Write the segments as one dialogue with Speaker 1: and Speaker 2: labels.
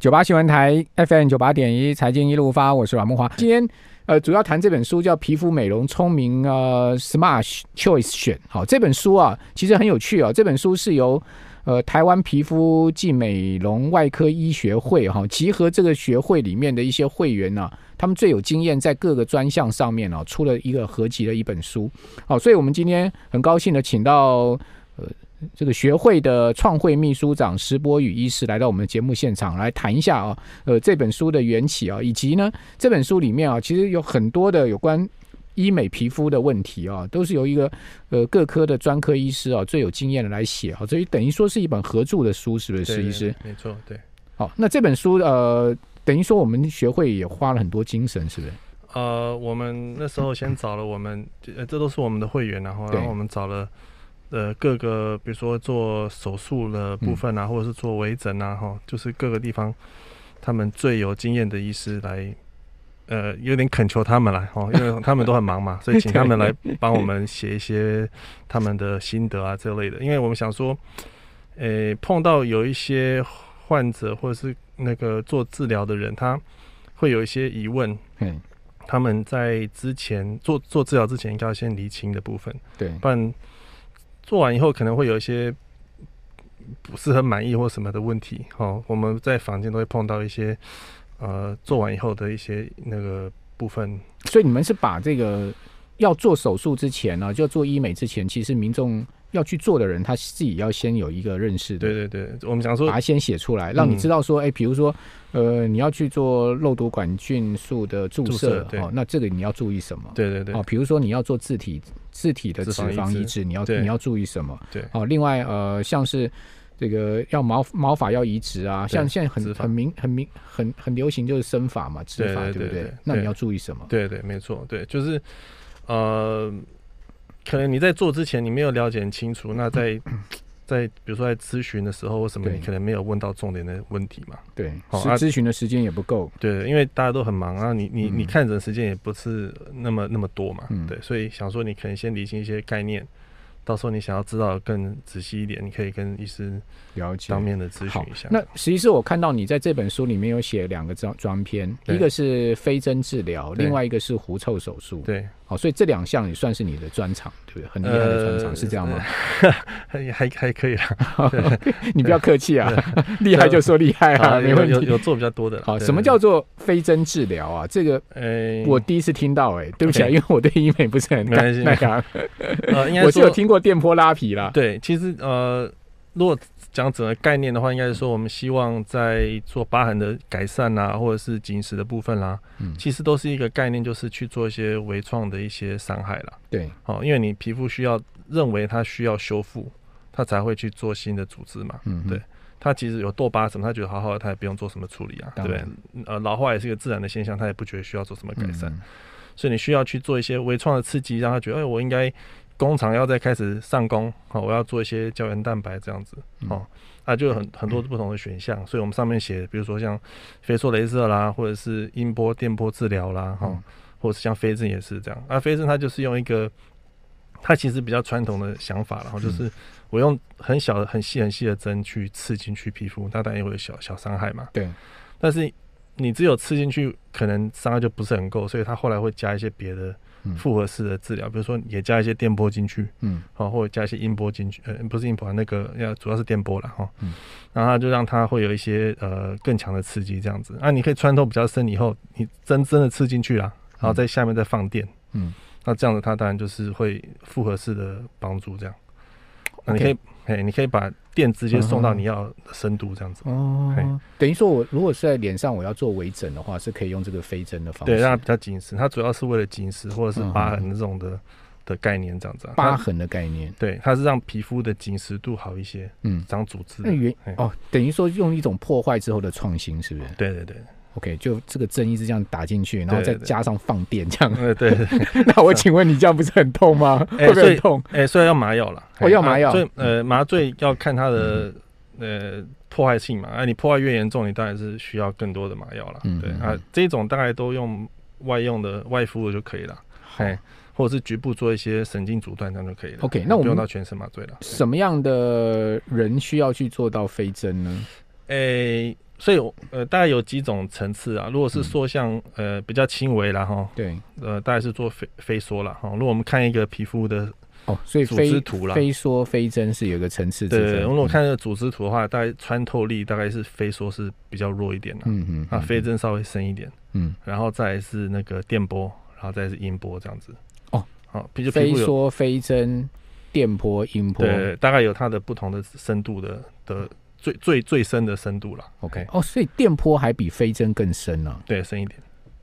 Speaker 1: 九八新闻台 FM 九八点一财经一路发，我是阮木华。今天呃，主要谈这本书叫《皮肤美容聪明呃 Smart Choice 选》。好，这本书啊，其实很有趣哦。这本书是由呃台湾皮肤暨美容外科医学会哈、集合这个学会里面的一些会员呢、啊他们最有经验，在各个专项上面哦、出了一个合集的一本书。好，所以我们今天很高兴的请到呃这个学会的创会秘书长石波宇医师来到我们的节目现场，来谈一下啊，呃，这本书的缘起啊，以及呢，这本书里面啊，其实有很多的有关医美皮肤的问题啊，都是由一个呃各科的专科医师啊最有经验的来写啊，所以等于说是一本合著的书，是不是，
Speaker 2: 对
Speaker 1: 石医师？，
Speaker 2: 对没错，对。
Speaker 1: 好，那这本书呃，等于说我们学会也花了很多精神，是不是？
Speaker 2: 呃，我们那时候先找了我们，呃，这都是我们的会员，然后
Speaker 1: 对
Speaker 2: 然后我们找了呃各个，比如说做手术的部分啊，或者是做微整啊，哈，就是各个地方他们最有经验的医师来。呃，有点恳求他们来哦，因为他们都很忙嘛，所以请他们来帮我们写一些他们的心得啊这类的。因为我们想说，呃，碰到有一些患者或者是那个做治疗的人，他会有一些疑问，
Speaker 1: 嗯，
Speaker 2: 他们在之前做做治疗之前，应该要先厘清的部分，
Speaker 1: 对，
Speaker 2: 不然做完以后可能会有一些不是很满意或什么的问题。哦，我们在房间都会碰到一些呃做完以后的一些那个部分。
Speaker 1: 所以你们是把这个要做手术之前呢、就做医美之前，其实民众要去做的人，他自己要先有一个认识的
Speaker 2: 对，对对，我们想
Speaker 1: 把
Speaker 2: 说
Speaker 1: 它先写出来，让你知道说，哎、比如说，呃，你要去做肉毒杆菌素的注
Speaker 2: 注
Speaker 1: 射
Speaker 2: 射，对
Speaker 1: 哦，那这个你要注意什么？
Speaker 2: 对对对
Speaker 1: 哦，，比如说你要做自体自体的脂
Speaker 2: 脂肪移
Speaker 1: 肪移
Speaker 2: 植
Speaker 1: 植，你要
Speaker 2: 对
Speaker 1: 你要注意什么？
Speaker 2: 对
Speaker 1: 哦，另外呃，像是这个要毛毛发要移植啊，
Speaker 2: 对
Speaker 1: 像现在很
Speaker 2: 植发
Speaker 1: 很明很明很很流行就是生发嘛，植
Speaker 2: 对
Speaker 1: 发
Speaker 2: 对
Speaker 1: 不
Speaker 2: 对对
Speaker 1: 那你
Speaker 2: 对
Speaker 1: 要注意什么？
Speaker 2: 对对，没错，对，就是呃，可能你在做之前你没有了解很清楚，那 在在比如说在咨询的时候或什么，
Speaker 1: 对
Speaker 2: 你可能没有问到重点的问题嘛。
Speaker 1: 对，
Speaker 2: 哦
Speaker 1: 是
Speaker 2: 啊
Speaker 1: 咨询的时间也不够。
Speaker 2: 对，因为大家都很忙啊，你你你
Speaker 1: 嗯
Speaker 2: 看诊时间也不是那么那么多嘛，
Speaker 1: 嗯
Speaker 2: 对，所以想说你可能先理清一些概念，到时候你想要知道更仔细一点，你可以跟医师
Speaker 1: 了解。
Speaker 2: 当面的咨
Speaker 1: 好
Speaker 2: 询一下。
Speaker 1: 那实际是我看到你在这本书里面有写两个专专篇，
Speaker 2: 对
Speaker 1: 一个是非针治疗，
Speaker 2: 对
Speaker 1: 另外一个是狐臭手术。，
Speaker 2: 对，
Speaker 1: 好，所以这两项也算是你的专长，对不对？很厉害的专长
Speaker 2: 呃
Speaker 1: 是这样吗？
Speaker 2: 还呃 还还可以 啦，
Speaker 1: 你不要客气啊，厉害就说厉害啊，
Speaker 2: 啊
Speaker 1: 没
Speaker 2: 有
Speaker 1: 问
Speaker 2: 有
Speaker 1: 题。
Speaker 2: 有做比较多的啦。
Speaker 1: 好，
Speaker 2: 对
Speaker 1: 什么
Speaker 2: 对
Speaker 1: 叫做非针治疗啊？这个
Speaker 2: 呃，
Speaker 1: 我第一次听到，哎，对不起啊，
Speaker 2: OK
Speaker 1: 因为我对医美不是很
Speaker 2: 没关系
Speaker 1: 那个啊，
Speaker 2: 呃，应该
Speaker 1: 我是有
Speaker 2: 说
Speaker 1: 听过电波拉皮啦。
Speaker 2: 对，其实呃，如果讲整个概念的话，应该是说我们希望在做疤痕的改善啦、或者是紧实的部分啦、
Speaker 1: 嗯
Speaker 2: 其实都是一个概念，就是去做一些微创的一些伤害啦。
Speaker 1: 对，
Speaker 2: 哦，因为你皮肤需要认为它需要修复，它才会去做新的组织嘛。
Speaker 1: 嗯，
Speaker 2: 对它其实有痘疤什么，它觉得好好的，它也不用做什么处理啊，对
Speaker 1: 当
Speaker 2: 不对
Speaker 1: 然？
Speaker 2: 呃，老化也是一个自然的现象，它也不觉得需要做什么改
Speaker 1: 嗯
Speaker 2: 善，所以你需要去做一些微创的刺激，让它觉得，哎，我应该工厂要再开始上工，好、我要做一些胶原蛋白这样子，
Speaker 1: 嗯
Speaker 2: 哦，啊，就有很很多不同的选项，所以我们上面写，比如说像飞梭镭射啦，或者是音波、电波治疗啦，哈、
Speaker 1: 嗯
Speaker 2: 或者是像飞针也是这样。啊，飞针它就是用一个，它其实比较传统的想法啦，然后
Speaker 1: 嗯
Speaker 2: 就是我用很小的、很细、很细的针去刺进去皮肤，那当然也会有小小伤害嘛。
Speaker 1: 对，
Speaker 2: 但是你只有刺进去，可能伤害就不是很够，所以它后来会加一些别的
Speaker 1: 嗯
Speaker 2: 复合式的治疗，比如说也加一些电波进去，
Speaker 1: 嗯
Speaker 2: 哦，或者加一些音波进去，呃，不是音波啊，那个要主要是电波了哈。
Speaker 1: 嗯
Speaker 2: 然后它就让它会有一些呃更强的刺激，这样子。啊，你可以穿透比较深以后，你针真的刺进去啦，然后在下面再放电，
Speaker 1: 嗯，
Speaker 2: 那这样子它当然就是会复合式的帮助这样。那你可以，哎，你可以把电直接送到
Speaker 1: 嗯
Speaker 2: 你要的深度这样子。嘿
Speaker 1: 哦，等于说我如果是在脸上我要做微整的话，是可以用这个非针的方式，
Speaker 2: 对，让它比较紧实，它主要是为了紧实或者是疤痕这种的、的概念这样子啊。
Speaker 1: 嗯疤
Speaker 2: 它
Speaker 1: 痕的概念。
Speaker 2: 对，它是让皮肤的紧实度好一些，
Speaker 1: 嗯，
Speaker 2: 长组织。
Speaker 1: 那原
Speaker 2: 嘿
Speaker 1: 哦，等于说用一种破坏之后的创新，是不是
Speaker 2: 对对对，
Speaker 1: ？OK，就这个针一直这样打进去，然后再
Speaker 2: 对对
Speaker 1: 加上放电这样。
Speaker 2: 呃对对，对
Speaker 1: 那我请问你这样不是很痛吗？
Speaker 2: 哎
Speaker 1: 会不会
Speaker 2: 所
Speaker 1: 很
Speaker 2: 以
Speaker 1: 痛？
Speaker 2: 哎，所以要麻药了。
Speaker 1: 哦
Speaker 2: 嘿
Speaker 1: 要麻药嗯
Speaker 2: 啊所以呃，麻醉要看它的呃破坏性嘛。啊，你破坏越严重，你当然是需要更多的麻药了
Speaker 1: 嗯。
Speaker 2: 对
Speaker 1: 嗯
Speaker 2: 啊
Speaker 1: 嗯，
Speaker 2: 这种大概都用外用的外敷的就可以了。
Speaker 1: 好
Speaker 2: 哎，或者是局部做一些神经阻断，这样就可以了。
Speaker 1: OK，那我们
Speaker 2: 不用到全身麻醉了。对
Speaker 1: 什么样的人需要去做到飞针呢？
Speaker 2: 诶、所以我呃，大概有几种层次啊。如果是
Speaker 1: 嗯
Speaker 2: 说像呃比较轻微啦哈，
Speaker 1: 对，
Speaker 2: 呃，大概是做非非说啦哈。如果我们看一个皮肤的，
Speaker 1: 哦，所以
Speaker 2: 组
Speaker 1: 非
Speaker 2: 织图啦
Speaker 1: 非说非真是有一个层次之
Speaker 2: 对，
Speaker 1: 分。
Speaker 2: 对如果看这个组织图的话，大概穿透力大概是非说是比较弱一点的，
Speaker 1: 嗯嗯，
Speaker 2: 啊，
Speaker 1: 嗯
Speaker 2: 非针稍微深一点，
Speaker 1: 嗯，
Speaker 2: 然后再来是那个电波，然后再来是音波这样子。
Speaker 1: 哦，
Speaker 2: 好，皮就皮
Speaker 1: 非
Speaker 2: 肤有
Speaker 1: 说非真，电波、音波。
Speaker 2: 对，大概有它的不同的深度的的最最最深的深度啦。
Speaker 1: OK，哦，所以电波还比非真更深呢、
Speaker 2: 对，深一点。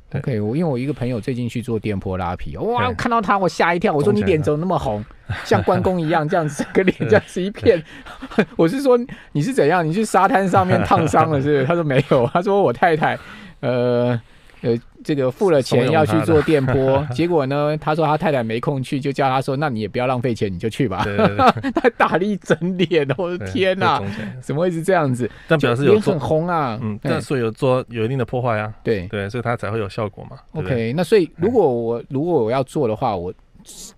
Speaker 2: 对
Speaker 1: OK，我因为我一个朋友最近去做电波拉皮，哇，
Speaker 2: 对啊
Speaker 1: 我看到他我吓一跳，我说
Speaker 2: 肿起
Speaker 1: 你
Speaker 2: 来
Speaker 1: 脸
Speaker 2: 了
Speaker 1: 怎么那么 红，像关公一样这样子，整个脸这样子一片。 我是说你是怎样？你去沙滩上面烫伤了是 不是？他说没有，他说我太太，呃呃，这个付了钱
Speaker 2: 怂恿
Speaker 1: 要去
Speaker 2: 他的
Speaker 1: 做电波， 结果呢，他说他太太没空去，就叫他说那你也不要浪费钱，你就去 吧。
Speaker 2: 对对对对
Speaker 1: 他打了一整脸，我的
Speaker 2: 对，
Speaker 1: 天哪、
Speaker 2: 会肿起来
Speaker 1: 怎么会是这样子？
Speaker 2: 但表示
Speaker 1: 就
Speaker 2: 有
Speaker 1: 脸
Speaker 2: 做
Speaker 1: 很，红啊。
Speaker 2: 嗯，
Speaker 1: 哎
Speaker 2: 但所以有做有一定的破坏啊，
Speaker 1: 对
Speaker 2: 对，所以它才会有效果嘛。对不对
Speaker 1: OK，那所以如果我如果我要做的话，我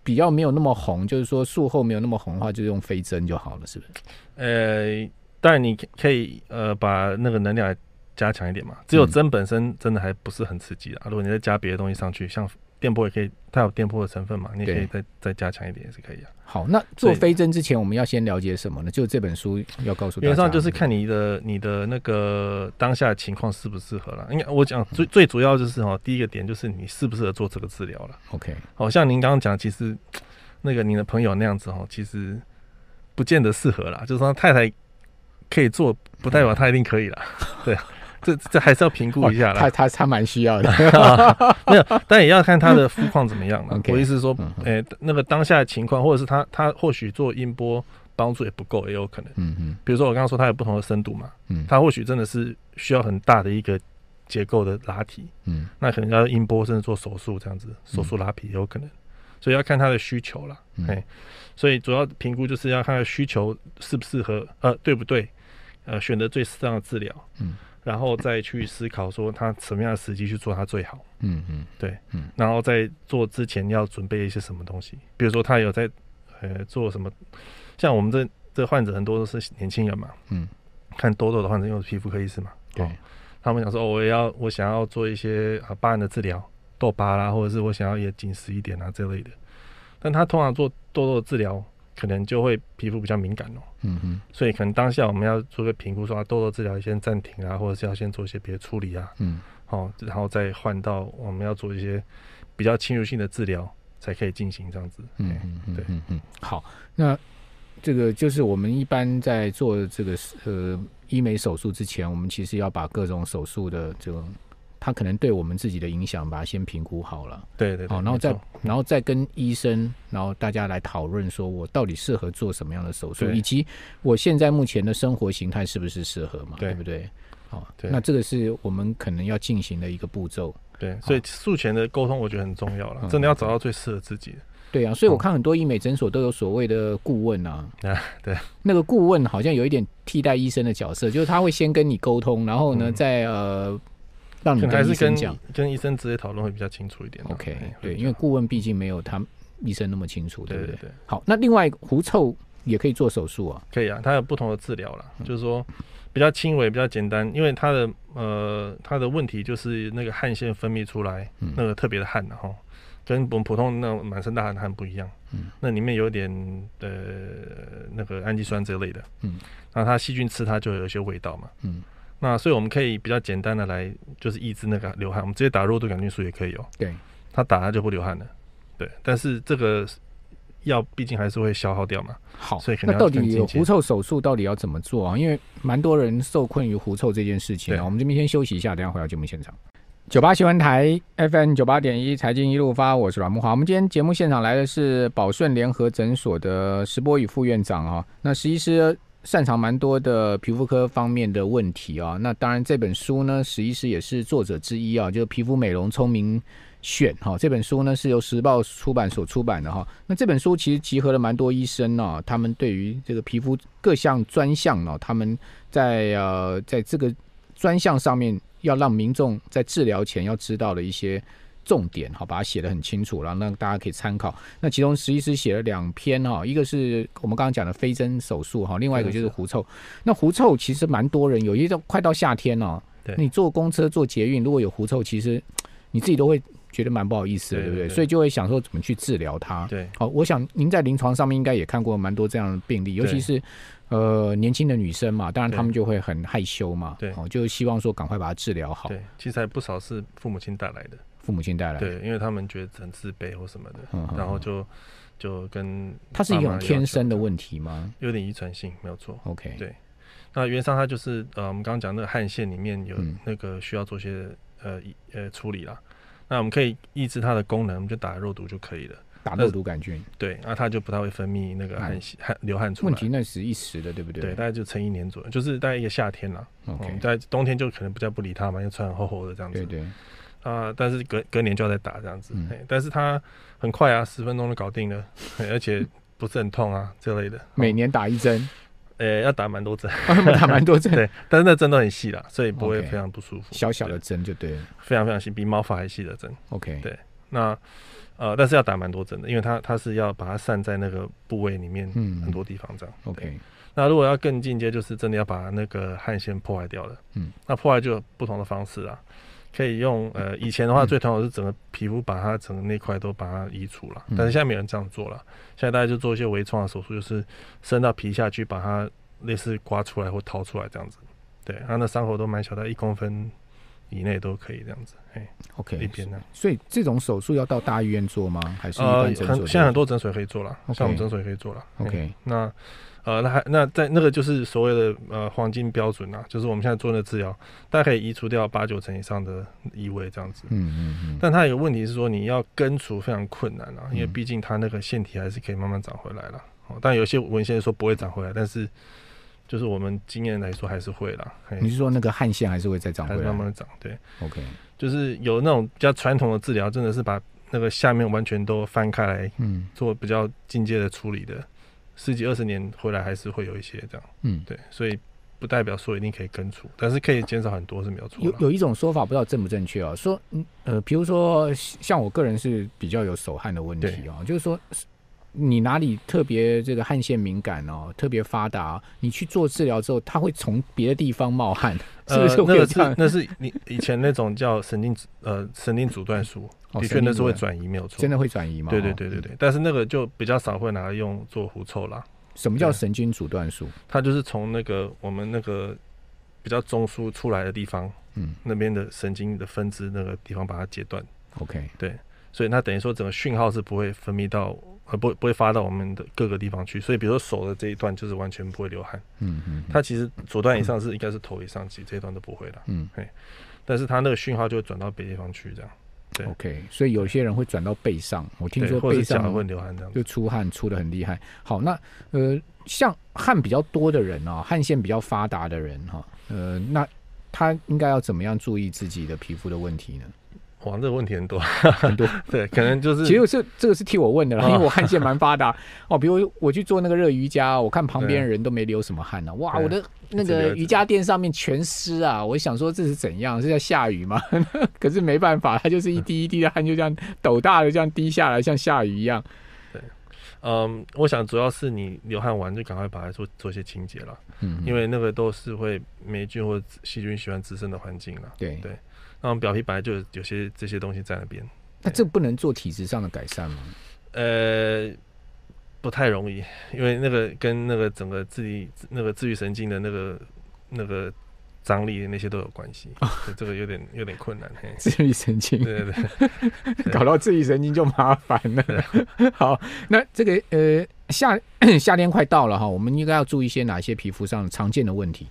Speaker 1: 比较没有那么红，就是说术后没有那么红的话，就用飞针就好了，是不是？
Speaker 2: 呃，当然你可以呃把那个能量加强一点嘛。只有针本身真的还不是很刺激啊。如果你再加别的东西上去，像电波也可以，它有电波的成分嘛，你也可以再再加强一点也是可以啊。
Speaker 1: 好，那做
Speaker 2: 对
Speaker 1: 飞针之前，我们要先了解什么呢？就这本书要告诉大家，
Speaker 2: 原则上就是看你的你的那个当下情况适不适合了。应该我讲最最主要就是哦，第一个点就是你适不适合做这个治疗了。
Speaker 1: OK，
Speaker 2: 好、像您刚刚讲，其实那个您的朋友那样子哦，其实不见得适合啦。就是说他太太可以做，不代表他一定可以啦。 对，啊这这还是要评估一下
Speaker 1: 哦他
Speaker 2: 啦。
Speaker 1: 他他蛮需要的。
Speaker 2: 没有，但也要看他的肤况怎么样了。
Speaker 1: OK
Speaker 2: 我意思是说，
Speaker 1: 嗯
Speaker 2: 诶、那个当下的情况，或者是他他或许做音波帮助也不够，也有可能。
Speaker 1: 嗯嗯
Speaker 2: 比如说我刚刚说他有不同的深度嘛，
Speaker 1: 嗯
Speaker 2: 他或许真的是需要很大的一个结构的拉提，
Speaker 1: 嗯
Speaker 2: 那可能要音波甚至做手术这样子，手术拉皮也有可能，所以要看他的需求啦。
Speaker 1: 嗯
Speaker 2: 哎所以主要评估就是要看看需求适不适合，呃，对不对？呃，选择最适当的治疗，
Speaker 1: 嗯，
Speaker 2: 然后再去思考说他什么样的时机去做它最好，
Speaker 1: 嗯嗯
Speaker 2: 然后在做之前要准备一些什么东西，比如说他有在呃做什么，像我们这这患者很多都是年轻人嘛，
Speaker 1: 嗯，
Speaker 2: 看多痘的患者，因为我是皮肤科医师嘛，
Speaker 1: 对
Speaker 2: 哦他们想说，哦，我也要我想要做一些啊疤痕的治疗，痘疤啦，或者是我想要也紧实一点啊这类的。但他通常做痘痘的治疗，可能就会皮肤比较敏感哦，
Speaker 1: 嗯嗯
Speaker 2: 所以可能当下我们要做个评估说，啊痘痘治疗先暂停啊，或者是要先做一些别的处理啊，
Speaker 1: 嗯
Speaker 2: 哦，然后再换到我们要做一些比较侵入性的治疗才可以进行这样子。
Speaker 1: 嗯嗯嗯嗯，好，那这个就是我们一般在做这个呃医美手术之前，我们其实要把各种手术的这种它可能对我们自己的影响，把它先评估好了。
Speaker 2: 对对对，
Speaker 1: 好，哦然后
Speaker 2: 没错
Speaker 1: 再然后再跟医生，然后大家来讨论说我到底适合做什么样的手术，
Speaker 2: 对
Speaker 1: 以及我现在目前的生活形态是不是适合嘛，
Speaker 2: 对
Speaker 1: 不对？好，
Speaker 2: 对
Speaker 1: 那这个是我们可能要进行的一个步骤。
Speaker 2: 对，所以术前的沟通我觉得很重要了，
Speaker 1: 嗯
Speaker 2: 真的要找到最适合自己的。
Speaker 1: 对啊，所以我
Speaker 2: 嗯
Speaker 1: 看很多医美诊所都有所谓的顾问啊，
Speaker 2: 啊对，
Speaker 1: 那个顾问好像有一点替代医生的角色，就是他会先跟你沟通，然后呢，
Speaker 2: 嗯
Speaker 1: 再呃让你
Speaker 2: 可能还
Speaker 1: 跟医
Speaker 2: 是
Speaker 1: 生
Speaker 2: 跟
Speaker 1: 讲。
Speaker 2: 跟医生直接讨论会比较清楚一点啊。
Speaker 1: OK，
Speaker 2: 哎
Speaker 1: 对，
Speaker 2: 会比较
Speaker 1: 因为顾问毕竟没有他医生那么清楚，对不
Speaker 2: 对
Speaker 1: 对
Speaker 2: 对？对，
Speaker 1: 好，那另外狐臭也可以做手术啊。
Speaker 2: 可以啊，它有不同的治疗啦，
Speaker 1: 嗯
Speaker 2: 就是说比较轻微、比较简单，因为它的呃它的问题就是那个汗腺分泌出来，
Speaker 1: 嗯
Speaker 2: 那个特别的汗然、后跟我们普通那种满身大汗的汗不一样，
Speaker 1: 嗯
Speaker 2: 那里面有点呃那个氨基酸之类的，
Speaker 1: 嗯，
Speaker 2: 那它细菌吃它就有一些味道嘛，
Speaker 1: 嗯，
Speaker 2: 那所以我们可以比较简单的来就是抑制那个流汗，我们直接打肉毒杆菌素也可以哦，
Speaker 1: 对，
Speaker 2: 它打它就不流汗了，对，但是这个药毕竟还是会消耗掉嘛，
Speaker 1: 好，
Speaker 2: 所以可
Speaker 1: 那
Speaker 2: 能要
Speaker 1: 到底
Speaker 2: 更
Speaker 1: 有
Speaker 2: 进阶
Speaker 1: 狐臭手术到底要怎么做啊？因为蛮多人受困于狐臭这件事情啊。
Speaker 2: 对
Speaker 1: 我们这边先休息一下，等一下回到节目现场。九八新闻台 FM 九八点一财经一路发，我是阮木华。我们今天节目现场来的是宝顺联合诊所的石波宇副院长啊。那石医师擅长蛮多的皮肤科方面的问题啊。那当然这本书呢，石医师也是作者之一啊，就是《皮肤美容聪明选》哈、这本书呢是由时报出版所出版的哈、那这本书其实集合了蛮多医生呢、他们对于这个皮肤各项专项呢、啊他们在呃在这个专项上面要让民众在治疗前要知道的一些重点，好，把它写得很清楚，然后让大家可以参考。那其中石医师写了两篇哈，一个是我们刚刚讲的飞针手术哈，另外一个就是狐臭。那狐臭其实蛮多人，有一种快到夏天哦，
Speaker 2: 对
Speaker 1: 你坐公车坐捷运如果有狐臭，其实你自己都会觉得蛮不好意思的，
Speaker 2: 对
Speaker 1: 对不
Speaker 2: 对
Speaker 1: 对？
Speaker 2: 对
Speaker 1: 所以就会想说怎么去治疗它。
Speaker 2: 对
Speaker 1: 好，我想您在临床上面应该也看过蛮多这样的病例，尤其
Speaker 2: 对
Speaker 1: 是呃年轻的女生嘛，当然
Speaker 2: 对
Speaker 1: 她们就会很害羞嘛，
Speaker 2: 对
Speaker 1: 哦，就希望说赶快把它治疗好，
Speaker 2: 对，其实还不少是父母亲带来的，
Speaker 1: 父母亲带来，
Speaker 2: 对，因为他们觉得很自卑或什么的，
Speaker 1: 嗯，嗯
Speaker 2: 然后
Speaker 1: 嗯
Speaker 2: 就就跟
Speaker 1: 它是一
Speaker 2: 妈妈
Speaker 1: 种
Speaker 2: 要
Speaker 1: 天
Speaker 2: 求
Speaker 1: 生的
Speaker 2: 这样
Speaker 1: 问题吗
Speaker 2: 有点遗传性，没有错。
Speaker 1: ？OK，
Speaker 2: 对那原上它就是呃，我们刚刚讲那个汗腺里面有
Speaker 1: 嗯
Speaker 2: 那个需要做些呃一呃处理啦。那我们可以抑制它的功能，我们就打肉毒就可以了。
Speaker 1: 打
Speaker 2: 那
Speaker 1: 肉毒杆菌
Speaker 2: 对，那它就不太会分泌那个汗腺汗流汗出
Speaker 1: 嗯问
Speaker 2: 来。
Speaker 1: 题那是一时的，对不对？
Speaker 2: 对，大概就撑一年左右，就是大概一个夏天啦。
Speaker 1: o
Speaker 2: 我们
Speaker 1: k
Speaker 2: 在冬天就可能比较不理它嘛，因为穿很厚厚的这样子。
Speaker 1: 对对，
Speaker 2: 啊、但是隔隔年就要再打这样子，
Speaker 1: 嗯
Speaker 2: 嘿但是它很快啊，十分钟就搞定了，嘿而且不是很痛啊之类的。
Speaker 1: 每年打一 针，
Speaker 2: 呃、要打蛮多针，
Speaker 1: 他们打蛮多针，
Speaker 2: 对，但是那针都很细啦，所以不会
Speaker 1: OK
Speaker 2: 非常不舒服。
Speaker 1: 小小的
Speaker 2: 对，
Speaker 1: 针就对了
Speaker 2: 非常非常细，比毛发还细的针。
Speaker 1: ，OK，
Speaker 2: 对那呃，但是要打蛮多针的，因为它它是要把它散在那个部位里面
Speaker 1: 嗯，
Speaker 2: 很多地方这样。
Speaker 1: ，OK，
Speaker 2: 那如果要更进阶，就是真的要把那个汗腺破坏掉了。
Speaker 1: 嗯，
Speaker 2: 那破坏就有不同的方式啊，可以用呃，以前的话
Speaker 1: 嗯
Speaker 2: 最传统的是整个皮肤把它整个那块都把它移除了，
Speaker 1: 嗯
Speaker 2: 但是现在没有人这样做了，现在大家就做一些微创的手术，就是伸到皮下去把它类似刮出来或掏出来这样子。对，它那伤口都蛮小的，一公分以内都可以这样子，哎，一
Speaker 1: OK，
Speaker 2: 边呢，
Speaker 1: 所以这种手术要到大医院做吗？还是一
Speaker 2: 呃，
Speaker 1: 般诊所
Speaker 2: 很
Speaker 1: 做？
Speaker 2: 现在很多诊所也可以做了，
Speaker 1: OK
Speaker 2: 像我们诊所也可以做了。哎
Speaker 1: OK，
Speaker 2: 那呃，那还那在那个就是所谓的呃黄金标准啊，就是我们现在做的治疗，大概可以移除掉八九成以上的异味这样子。
Speaker 1: 嗯嗯嗯，
Speaker 2: 但它有个问题是说，你要根除非常困难啊，因为
Speaker 1: 嗯
Speaker 2: 毕竟它那个腺体还是可以慢慢长回来了。哦，但有些文献说不会长回来，但是就是我们经验来说还是会啦，嘿
Speaker 1: 你是说那个汗腺还是会啊再长
Speaker 2: 还
Speaker 1: 回
Speaker 2: 是
Speaker 1: 来
Speaker 2: 慢慢地长。对，
Speaker 1: ？OK，
Speaker 2: 就是有那种比较传统的治疗，真的是把那个下面完全都翻开来
Speaker 1: 嗯
Speaker 2: 做比较进阶的处理的，十几二十年回来还是会有一些这样。
Speaker 1: 嗯，
Speaker 2: 对，所以不代表说一定可以根除，但是可以减少很多是没有错
Speaker 1: 有
Speaker 2: 啦。
Speaker 1: 有一种说法不知道正不正确哦，说嗯呃，比如说像我个人是比较有手汗的问题哦，就是说。你哪里特别这个汗腺敏感哦，特别发达，你去做治疗之后，它会从别的地方冒汗， 是不是会
Speaker 2: 呃、那
Speaker 1: 有
Speaker 2: 个
Speaker 1: 这样
Speaker 2: 是？那是你以前那种叫神经阻呃神经阻断术，
Speaker 1: 哦
Speaker 2: 的确
Speaker 1: 神经
Speaker 2: 那是会
Speaker 1: 阻断嗯
Speaker 2: 转移没有错。
Speaker 1: 真的会转移吗？哦
Speaker 2: 对对对对对，但是那个就比较少会拿来用做狐臭啦，
Speaker 1: 嗯什么叫
Speaker 2: 对
Speaker 1: 神经阻断术？
Speaker 2: 它就是从那个我们那个比较中枢出来的地方，
Speaker 1: 嗯
Speaker 2: 那边的神经的分支那个地方把它截断，
Speaker 1: ，OK，
Speaker 2: 所以它等于说整个讯号是不会分泌到呃不会不会发到我们的各个地方去，所以比如说手的这一段就是完全不会流汗。
Speaker 1: 嗯嗯，
Speaker 2: 它其实左段以上是应该是头以上，其实这一段都不会的，
Speaker 1: 嗯
Speaker 2: 但是它那个讯号就会转到别地方去，这样，对
Speaker 1: OK，所以有些人会转到背上，我听
Speaker 2: 对，
Speaker 1: 说
Speaker 2: 或者
Speaker 1: 背
Speaker 2: 是脚
Speaker 1: 上
Speaker 2: 会流汗这样子
Speaker 1: 就。出汗出的很厉害。好，那呃，像汗比较多的人啊、汗腺比较发达的人哈、呃，那他应该要怎么样注意自己的皮肤的问题呢？
Speaker 2: 哇，这个问题很多，
Speaker 1: 很多，
Speaker 2: 对，可能就是
Speaker 1: 其实这这个是替我问的啦，
Speaker 2: 哦
Speaker 1: 因为我汗腺蛮发 达哦。比如我去做那个热瑜伽，我看旁边人都没流什么汗呢、啊哇，
Speaker 2: 对
Speaker 1: 我的那
Speaker 2: 一直流
Speaker 1: 个
Speaker 2: 一直
Speaker 1: 瑜伽垫上面全湿啊！我想说这是怎样？是在下雨吗？ 可是没办法，它就是一滴一滴的汗就这样斗大的这样滴下来，像下雨一样。
Speaker 2: 嗯，我想主要是你流汗完就赶快把它做做一些清洁了，
Speaker 1: 嗯，
Speaker 2: 因
Speaker 1: 为
Speaker 2: 为那个都是会霉菌或细菌喜欢滋生的环境了。
Speaker 1: 对
Speaker 2: 对那我们表皮本来就有有些这些东西在那边，
Speaker 1: 那这不能做体质上的改善 吗？
Speaker 2: 呃，不太容易，因为那个跟那个整个自己那个自律神经的那个那个张力那些都有关系，所以这个有点有点困难。嘿
Speaker 1: 自律神经
Speaker 2: 对对对，对
Speaker 1: 搞到自律神经就麻烦了。 好，那这个呃夏 夏天快到了哈，我们应该要注意些哪些皮肤上常见的问题？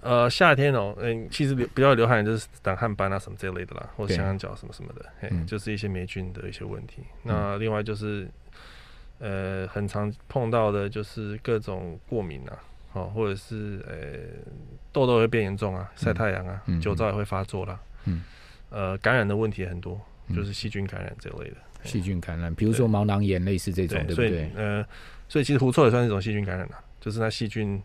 Speaker 2: 呃，夏天哦，嗯，其实流比较流汗就是挡汗斑啊什么这一类的啦，或者
Speaker 1: 对
Speaker 2: 香港脚什么什么的，嘿，
Speaker 1: 嗯
Speaker 2: 就是一些霉菌的一些问题。那另外就是，呃，很常碰到的就是各种过敏啊，哦，或者是呃痘痘会变严重啊，晒
Speaker 1: 嗯
Speaker 2: 太阳啊，
Speaker 1: 嗯
Speaker 2: 酒糟也会发作啦，
Speaker 1: 嗯，
Speaker 2: 呃，感染的问题也很多，
Speaker 1: 嗯
Speaker 2: 就是细菌感染这类的，
Speaker 1: 细菌感染，比如说毛囊炎类似这种，对
Speaker 2: 所
Speaker 1: 不
Speaker 2: 以
Speaker 1: 对？
Speaker 2: 呃，所以其实狐臭也算是一种细菌感染啊，就是那细菌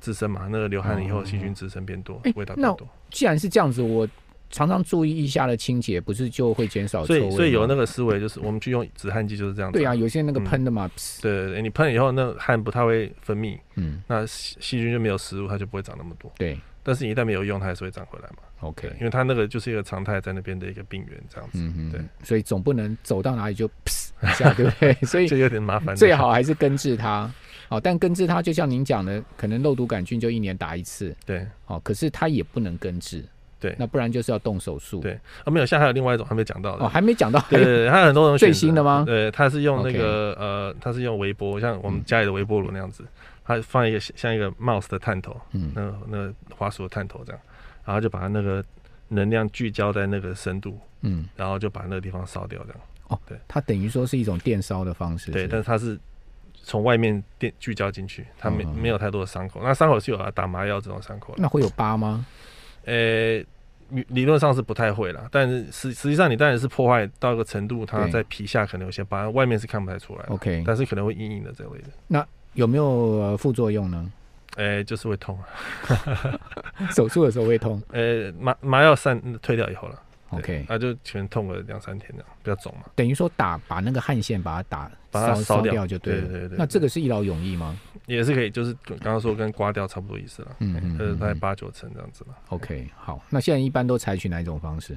Speaker 2: 滋生嘛，那个流汗以后
Speaker 1: 哦
Speaker 2: 细菌滋生变多
Speaker 1: 哎，
Speaker 2: 味道
Speaker 1: 那
Speaker 2: 变多。
Speaker 1: 既然是这样子，我常常注意腋下的清洁，不是就会减少臭
Speaker 2: 所
Speaker 1: 味吗？
Speaker 2: 以所以有那个嗯思维，就是我们去用止汗剂就是这样子。
Speaker 1: 对啊，有些那个喷的嘛，噗
Speaker 2: 对，对对，你喷了以后，那汗不太会分泌，
Speaker 1: 嗯，
Speaker 2: 那细细菌就没有食物，它就不会长那么多。
Speaker 1: 对
Speaker 2: 但是你一旦没有用，它还是会长回来嘛。
Speaker 1: ，OK，
Speaker 2: 因为它那个就是一个常态在那边的一个病源，这样子、
Speaker 1: 嗯嗯，
Speaker 2: 对
Speaker 1: 嗯，所以总不能走到哪里就噗 一下，对不 对？所以
Speaker 2: 就有点麻烦。
Speaker 1: 最好还是根治它。哦，但根治它就像您讲的，可能肉毒杆菌就一年打一次，
Speaker 2: 对
Speaker 1: 哦，可是它也不能根治，
Speaker 2: 对
Speaker 1: 那不然就是要动手术。
Speaker 2: 对啊，没有，现在还有另外一种还没讲到的。
Speaker 1: 哦，还没讲到，
Speaker 2: 对对对，它很多种选
Speaker 1: 最
Speaker 2: 择
Speaker 1: 新的吗
Speaker 2: 对，它是用那个呃，它是用微波，像我们家里的微波炉那样子，它放一个像一个 mouse 的探头，
Speaker 1: 嗯，
Speaker 2: 那那个滑鼠的探头这样，然后就把那个能量聚焦在那个深度，
Speaker 1: 嗯，
Speaker 2: 然后就把那个地方烧掉这样。
Speaker 1: 它等于说是一种电烧的方式。
Speaker 2: 对，
Speaker 1: 是
Speaker 2: 但是它是从外面电聚焦进去，它没
Speaker 1: 嗯嗯
Speaker 2: 没有太多的伤口。那伤口是有啊打麻药这种伤口了，
Speaker 1: 那会有疤吗？
Speaker 2: 呃，理理论上是不太会啦，但是实实际上你当然是破坏到一个程度，它
Speaker 1: 对
Speaker 2: 在皮下可能有些疤，外面是看不太出来的
Speaker 1: OK
Speaker 2: 但是可能会硬硬的这类的，
Speaker 1: 有没有呃副作用 呢？
Speaker 2: 呃，就是会痛啊，
Speaker 1: 手术的时候会痛
Speaker 2: 呃，麻麻药散呃退掉以后了。对
Speaker 1: ，OK，
Speaker 2: 啊，就全痛个两三天这样，比较肿嘛。
Speaker 1: 等于说打把那个汗腺把它打
Speaker 2: 把它
Speaker 1: 烧
Speaker 2: 烧掉
Speaker 1: 掉就
Speaker 2: 对
Speaker 1: 了。
Speaker 2: 对对对
Speaker 1: 那这个是一劳永逸吗？
Speaker 2: 也是可以，就是跟刚刚说跟刮掉差不多意思了，
Speaker 1: 嗯嗯
Speaker 2: 呃，
Speaker 1: 嗯
Speaker 2: 大概
Speaker 1: 嗯
Speaker 2: 八九成这样子嘛。
Speaker 1: ，OK，好。那现在一般都采取哪一种方式？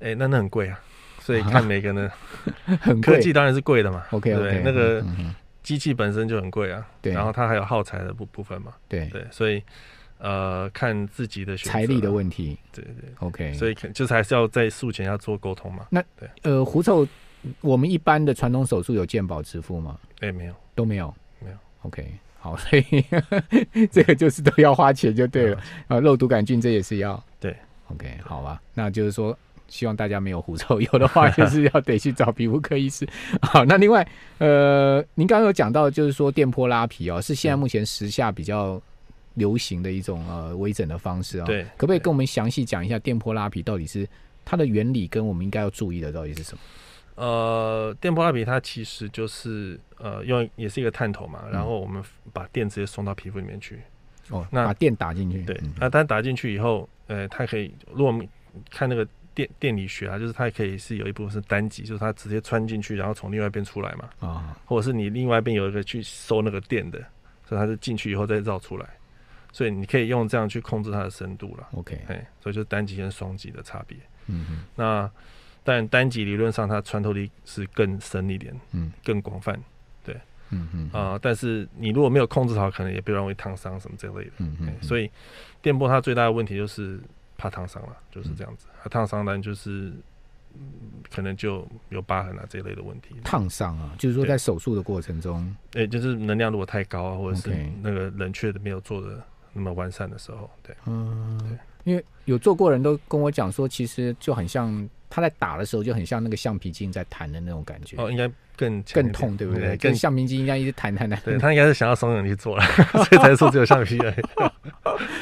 Speaker 2: 哎、那那很贵啊，所 以看每个人的
Speaker 1: 很
Speaker 2: 科
Speaker 1: 贵
Speaker 2: 技当然是贵的嘛，
Speaker 1: ，OK
Speaker 2: 对不
Speaker 1: OK，
Speaker 2: 对？那个
Speaker 1: 嗯嗯
Speaker 2: 机器本身就很贵啊，
Speaker 1: 对
Speaker 2: 然后它还有耗材的部部分嘛，
Speaker 1: 对
Speaker 2: 对，所以呃，看自己的选择
Speaker 1: 财力的问题
Speaker 2: 对对，
Speaker 1: ，OK，
Speaker 2: 所以可就是还是要在术前要做沟通嘛。
Speaker 1: 呃，狐臭，我们一般的传统手术有健保支付吗？
Speaker 2: 哎、没有，
Speaker 1: 都没有，
Speaker 2: 没有。
Speaker 1: OK，好，所以 这个就是都要花钱就对了。啊，肉毒杆菌这也是要。
Speaker 2: 对
Speaker 1: ，OK，好吧，那就是说。希望大家没有狐臭，有的话就是要得去找皮肤科医师。好，那另外，呃，您刚刚有讲到，就是说电波拉皮哦，是现在
Speaker 2: 嗯
Speaker 1: 目前时下比较流行的一种呃微整的方式啊、哦。，
Speaker 2: 对，
Speaker 1: 可不可以
Speaker 2: 对
Speaker 1: 跟我们详细讲一下电波拉皮到底是它的原理，跟我们应该要注意的到底是什么？
Speaker 2: 呃，电波蜡笔它其实就是呃用也是一个探头嘛，然
Speaker 1: 嗯
Speaker 2: 后我们把电直接送到皮肤里面去。
Speaker 1: 哦，
Speaker 2: 那
Speaker 1: 把电打进去，
Speaker 2: 对
Speaker 1: 嗯，
Speaker 2: 那它打进去以后，呃，它可以，如果我们看那个电电离学啊，就是它可以是有一部分是单极，就是它直接穿进去，然后从另外一边出来嘛，
Speaker 1: 啊，
Speaker 2: 或者是你另外一边有一个去收那个电的，所以它是进去以后再绕出来，所以你可以用这样去控制它的深度了。
Speaker 1: OK，
Speaker 2: 哎，所以就是单极跟双极的差别。
Speaker 1: 嗯哼
Speaker 2: 那但单极理论上它穿透力是更深一点，
Speaker 1: 嗯
Speaker 2: 更广泛
Speaker 1: 嗯嗯
Speaker 2: 啊、但是你如果没有控制好，可能也被容易烫伤什么之类的。
Speaker 1: 嗯
Speaker 2: 哎
Speaker 1: 嗯，
Speaker 2: 所
Speaker 1: 以
Speaker 2: 以电波它最大的问题就是怕烫伤了，就是这样子。
Speaker 1: 嗯
Speaker 2: 它烫伤呢，就是嗯可能就有疤痕啊这一类的问题。
Speaker 1: 烫伤啊，就是说在手术的过程中，
Speaker 2: 哎、就是能量如果太高啊，或者是
Speaker 1: OK
Speaker 2: 那个冷却的没有做的那么完善的时候，对
Speaker 1: 嗯
Speaker 2: 对，
Speaker 1: 因为有做过人都跟我讲说，其实就很像他在打的时候就很像那个橡皮筋在弹的那种感觉，
Speaker 2: 哦，应该更强一
Speaker 1: 更
Speaker 2: 点
Speaker 1: 痛，对不对？就
Speaker 2: 更
Speaker 1: 是橡皮筋应该一直弹弹弹，
Speaker 2: 对他应该是想要怂恿你去做了， 所以才说只有橡皮而已。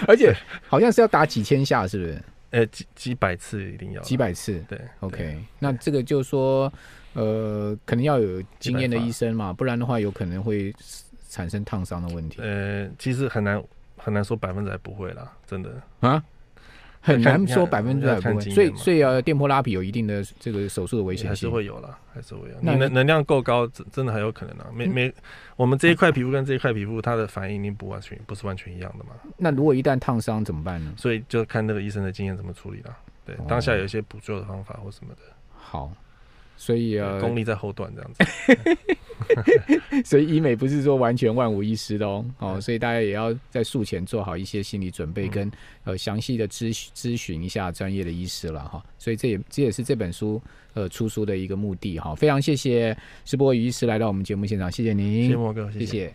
Speaker 1: 而且好像是要打几千下，是不是？
Speaker 2: 呃，几几百次一定要啦
Speaker 1: 几百次
Speaker 2: 对对
Speaker 1: ？OK，那这个就是说，呃，可能要有经验的
Speaker 2: 几百发
Speaker 1: 医生嘛，不然的话有可能会产生烫伤的问题
Speaker 2: 呃，其实很难很难说百分之百不会啦，真的。
Speaker 1: 啊，很
Speaker 2: 看
Speaker 1: 难
Speaker 2: 看
Speaker 1: 说百分之
Speaker 2: 要
Speaker 1: 百
Speaker 2: 看
Speaker 1: 不会。
Speaker 2: 经
Speaker 1: 所以
Speaker 2: 验嘛
Speaker 1: 所以呃，电波拉皮有一定的这个手术的危
Speaker 2: 还
Speaker 1: 险
Speaker 2: 是
Speaker 1: 性。
Speaker 2: 会有啦，还是会有。
Speaker 1: 那
Speaker 2: 你能
Speaker 1: 你
Speaker 2: 能量够高，真真的很有可能啊。每
Speaker 1: 嗯
Speaker 2: 每我们这一块皮肤跟这一块皮肤，它的反应一定不完全不是完全一样的嘛，
Speaker 1: 那如果一旦烫伤怎么办呢？
Speaker 2: 所以就看那个医生的经验怎么处理啦。对
Speaker 1: 哦，
Speaker 2: 当下有一些补救的方法或什么的，
Speaker 1: 好，所以
Speaker 2: 对
Speaker 1: 呃
Speaker 2: 功，力在后段这样子。
Speaker 1: 所以医美不是说完全万无一失的哦，哦，所以大家也要在术前做好一些心理准备
Speaker 2: 嗯
Speaker 1: 跟、呃详细的咨询咨询一下专业的医师了哈、所以这也这也是这本书呃出书的一个目的哈、非常谢谢石博宇医师来到我们节目现场，谢谢您，
Speaker 2: 谢谢莫哥，
Speaker 1: 谢谢